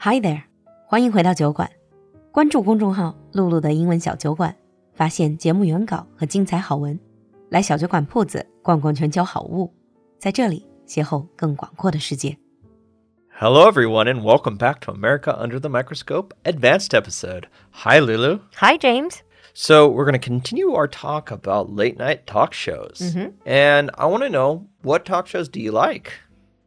Hi there，欢迎回到酒馆，关注公众号“露露的英文小酒馆”，发现节目原稿和精彩好文，来小酒馆铺子逛逛全球好物，在这里邂逅更广阔的世界。 Hello, everyone, and welcome back to America Under the Microscope Advanced episode. Hi, Lulu. Hi James， So, we're going to continue our talk about late night talk shows. And I want to know what talk shows do you like?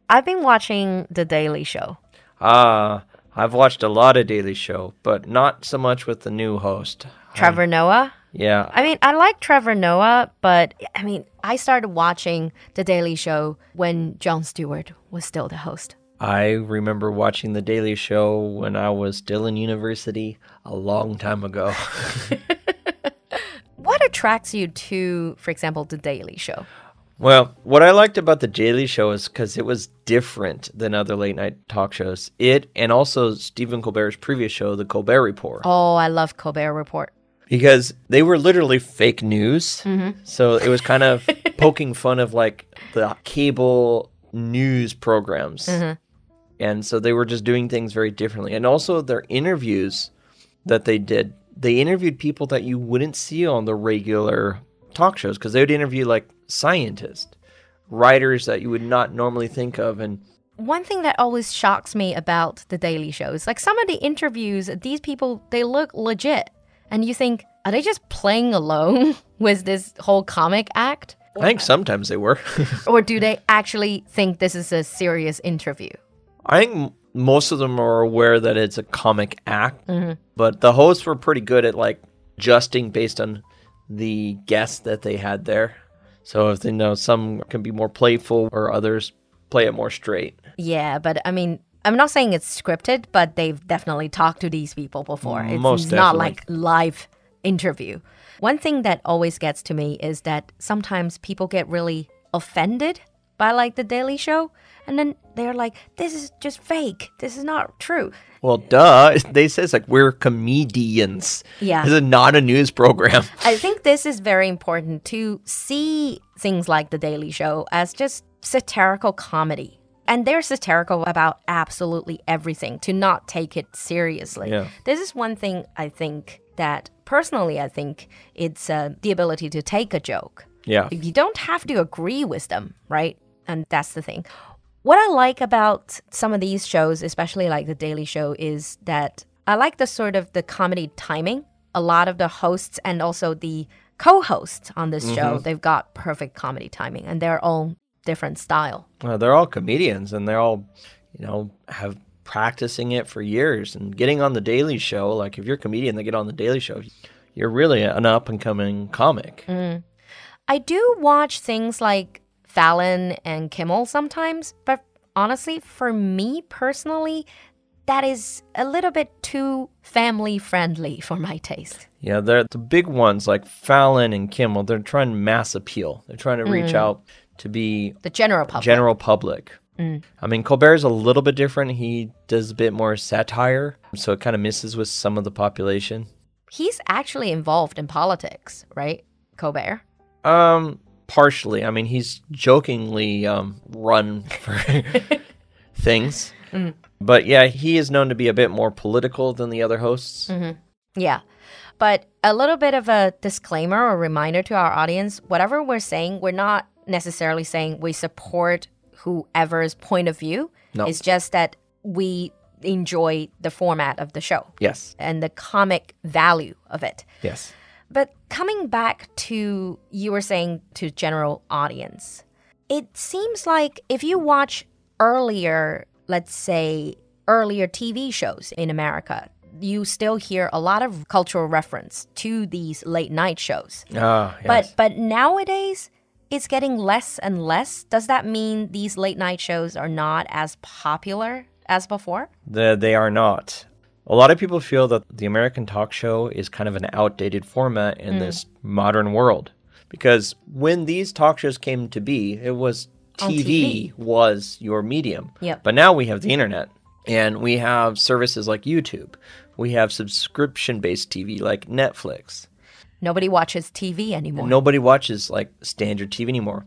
I've been watching The Daily Show. Ah, I've watched a lot of Daily Show, but not so much with the new host. Trevor Noah. Yeah, I mean, I like Trevor Noah, but I mean, I started watching The Daily Show when Jon Stewart was still the host. I remember watching The Daily Show when I was still in university a long time ago. What attracts you to, for example, The Daily Show? Well, what I liked about The Daily Show is because it was different than other late night talk shows. It and also Stephen Colbert's previous show, The Colbert Report, Oh, I love Colbert Report. because they were literally fake news. So it was kind of poking fun of like the cable news programs. And so they were just doing things very differently. And also their interviews that they did, they interviewed people that you wouldn't see on the regular talk shows because they would interview like scientists, writers that you would not normally think of. And One thing that always shocks me about The Daily Show is like some of the interviews, these people, they look legit. And you think, are they just playing along with this whole comic act? I think sometimes they were. Or do they actually think this is a serious interview? I think m- most of them are aware that it's a comic act, but the hosts were pretty good at like adjusting based on the guests that they had there. So if they know some can be more playful or others play it more straight. Yeah, but I mean, I'm not saying it's scripted, but they've definitely talked to these people before. It's Most not definitely. like live interview. One thing that always gets to me is that sometimes people get really offended by like the Daily Show, and then they're like, "This is just fake. This is not true." Well, duh. They says like we're comedians. Yeah. This is not a news program. I think this is very important to see things like The Daily Show as just satirical comedy. And they're satirical about absolutely everything, to not take it seriously. Yeah. This is one thing I think that personally, I think it's uh, the ability to take a joke. Yeah. You don't have to agree with them, right? And that's the thing. What I like about some of these shows, especially like The Daily Show, is that I like the sort of the comedy timing. A lot of the hosts and also the co-hosts on this show, they've got perfect comedy timing and their own different style. Well, they're all comedians and they're all, you know, have practicing it for years and getting on the Daily Show. Like, if you're a comedian, they get on the Daily Show. You're really an up and coming comic. I do watch things like Fallon and Kimmel sometimes, but honestly, for me personally, that is a little bit too family friendly for my taste. Yeah, they're the big ones like Fallon and Kimmel. They're trying mass appeal. They're trying to reach out to be The general public. general public. I mean, Colbert is a little bit different. He does a bit more satire, so it kind of misses with some of the population. He's actually involved in politics, right? Colbert. Um, partially. I mean, he's jokingly um, run for things, but yeah, he is known to be a bit more political than the other hosts. Yeah. But a little bit of a disclaimer or reminder to our audience whatever we're saying, we're not necessarily saying we support whoever's point of view. No. It's just that we enjoy the format of the show Yes, and the comic value of it. yes. But coming back to you were saying to general audience, it seems like if you watch earlier, let's say earlier TV shows in America, you still hear a lot of cultural reference to these late night shows. Ah, yes. But but nowadays it's getting less and less. Does that mean these late night shows are not as popular as before? The, they are not. A lot of people feel that the American talk show is kind of an outdated format Mm. in this modern world. Because when these talk shows came to be, it was On TV, was your medium. Yep. But now we have the internet and we have services like YouTube. We have subscription based TV like Netflix. Nobody watches TV anymore. Nobody watches like standard TV anymore.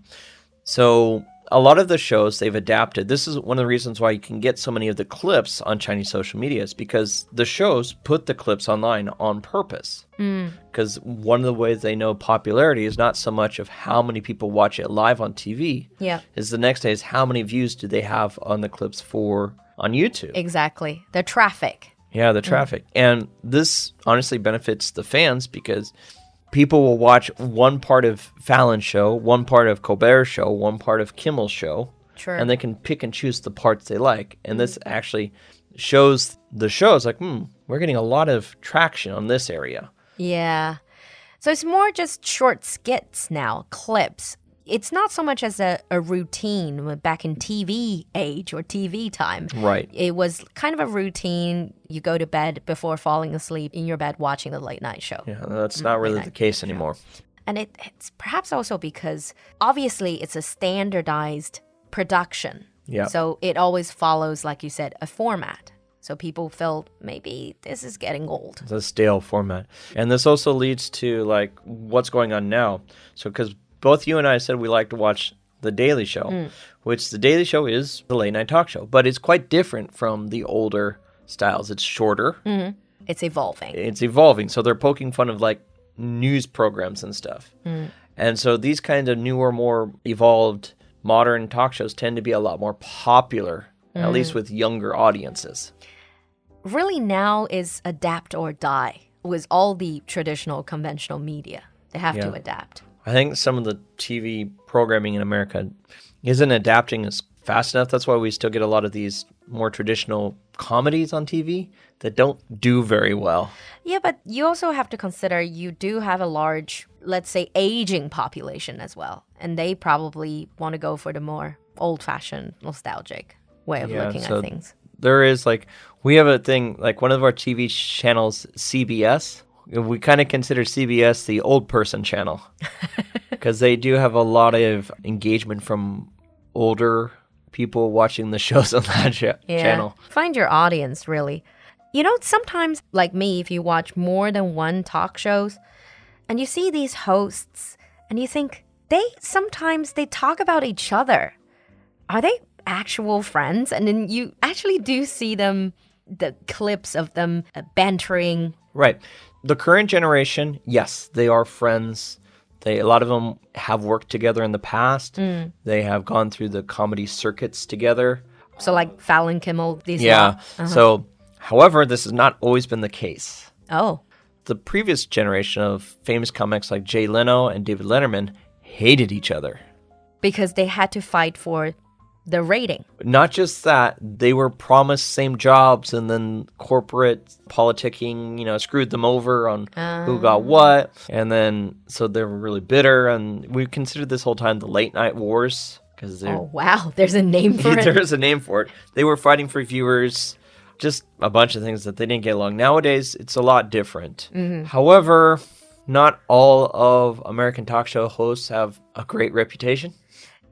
So a lot of the shows they've adapted. This is one of the reasons why you can get so many of the clips on Chinese social media is because the shows put the clips online on purpose. Mm. Because one of the ways they know popularity is not so much of how many people watch it live on TV. Yeah. Is the next day is how many views do they have on the clips for on YouTube? Exactly. The traffic. Yeah, the traffic. And this honestly benefits the fans because people will watch one part of Fallon's show, one part of Colbert's show, one part of Kimmel's show. Sure. And they can pick and choose the parts they like. And this actually shows the shows like, hmm, we're getting a lot of traction on this area. Yeah. So it's more just short skits now, clips. It's not so much as a, a routine when back in TV age or TV time. Right. It was kind of a routine. You go to bed before falling asleep in your bed watching the late night show. Yeah, that's not really the case anymore. And it, it's perhaps also because obviously it's a standardized production. Yeah. So it always follows, like you said, a format. So people felt maybe this is getting old. the stale format. And this also leads to like what's going on now. So because both you and I said we like to watch The Daily Show, which The Daily Show is the late night talk show, but it's quite different from the older styles. It's shorter. It's evolving. It's evolving. So they're poking fun of like news programs and stuff. And so these kinds of newer, more evolved modern talk shows tend to be a lot more popular, at least with younger audiences. really now is adapt or die with all the traditional conventional media. They have to Yeah. adapt. I think some of the TV programming in America isn't adapting as fast enough. That's why we still get a lot of these more traditional comedies on TV that don't do very well. Yeah, but you also have to consider you do have a large, let's say, aging population as well. And they probably want to go for the more old fashioned, nostalgic way of Yeah, looking so- at things. There is like we have a thing like one of our TV channels CBS. We kind of consider CBS the old person channel because they do have a lot of engagement from older people watching the shows on that cha- Yeah. channel. Find your audience, really. You know, sometimes, like me, if you watch more than one talk shows, and you see these hosts, and you think they sometimes they talk about each other. Are they actual friends? And then you actually do see them, the clips of them uh, bantering. Right. The current generation, yes, they are friends. They a lot of them have worked together in the past. They have gone through the comedy circuits together. So like Fallon Kimmel, these. lot. So, however, this has not always been the case. Oh, The previous generation of famous comics like Jay Leno and David Letterman hated each other. because they had to fight for the rating. Not just that, they were promised same jobs and then corporate politicking, you know, screwed them over on Oh. who got what. And then, so they were really bitter. And we considered this whole time the late night wars because Oh wow, there's a name for it. there is a name for it. They were fighting for viewers, just a bunch of things that they didn't get along. Nowadays, it's a lot different. Mm-hmm. However, not all of American talk show hosts have a great reputation.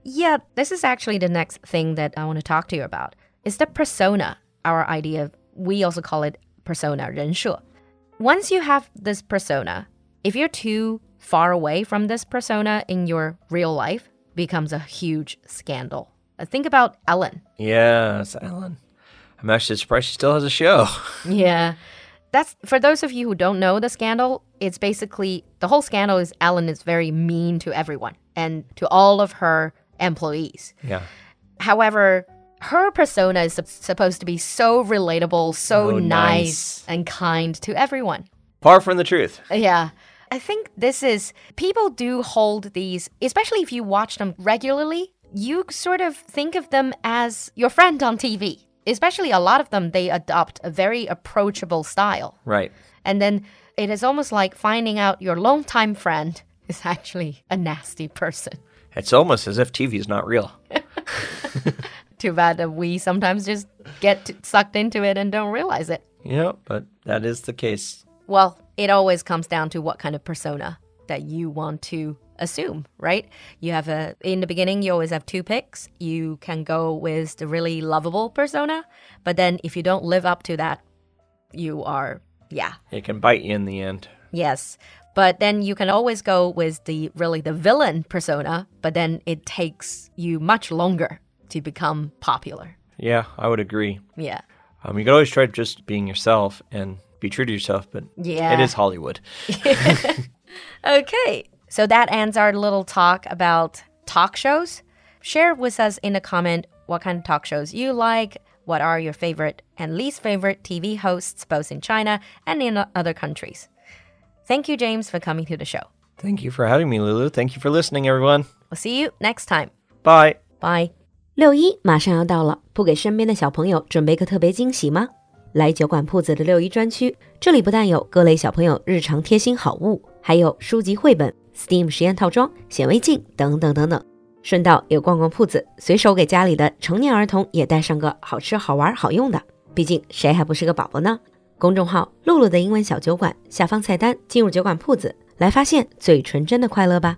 Yeah, this is actually the next thing that I want to talk to you about. Is the persona, our idea. of- We also call it persona, 人设. Once you have this persona, if you're too far away from this persona in your real life, becomes a huge scandal. Uh, Think about Ellen. Yes, Ellen. I'm actually surprised she still has a show. Yeah. That's for those of you who don't know the scandal, it's basically the whole scandal is Ellen is very mean to everyone and to all of her employees. Yeah. However, her persona is sup- supposed to be so relatable, so Oh, nice nice. and kind to everyone. Far from the truth. Yeah. I think this is people do hold these, especially if you watch them regularly, you sort of think of them as your friend on TV. Especially a lot of them, they adopt a very approachable style. Right. And then it is almost like finding out your longtime friend is actually a nasty person. It's almost as if TV is not real. Too bad that we sometimes just get t- sucked into it and don't realize it. Yeah, but that is the case. Well, it always comes down to what kind of persona that you want to assume, right? You have a in the beginning you always have two picks. You can go with the really lovable persona, but then if you don't live up to that, you are yeah. It can bite you in the end. Yes. But then you can always go with the really the villain persona, but then it takes you much longer to become popular. Yeah, I would agree. Yeah. Um, you could always try just being yourself and be true to yourself, but Yeah. it is Hollywood. Okay. So that ends our little talk about talk shows. Share with us in the comment what kind of talk shows you like, what are your favorite and least favorite TV hosts, both in China and in other countries. Thank you, James, for coming to the show. Thank you for having me, Lulu. Thank you for listening, everyone. We'll see you next time. Bye. Bye. 六一马上要到了，不给身边的小朋友准备个特别惊喜吗？来酒馆铺子的六一专区，这里不但有各类小朋友日常贴心好物，还有书籍、绘本、STEAM 实验套装、显微镜等等等等。顺道也逛逛铺子，随手给家里的成年儿童也带上个好吃、好玩、好用的。毕竟谁还不是个宝宝呢？公众号“露露的英文小酒馆”下方菜单进入酒馆铺子，来发现最纯真的快乐吧。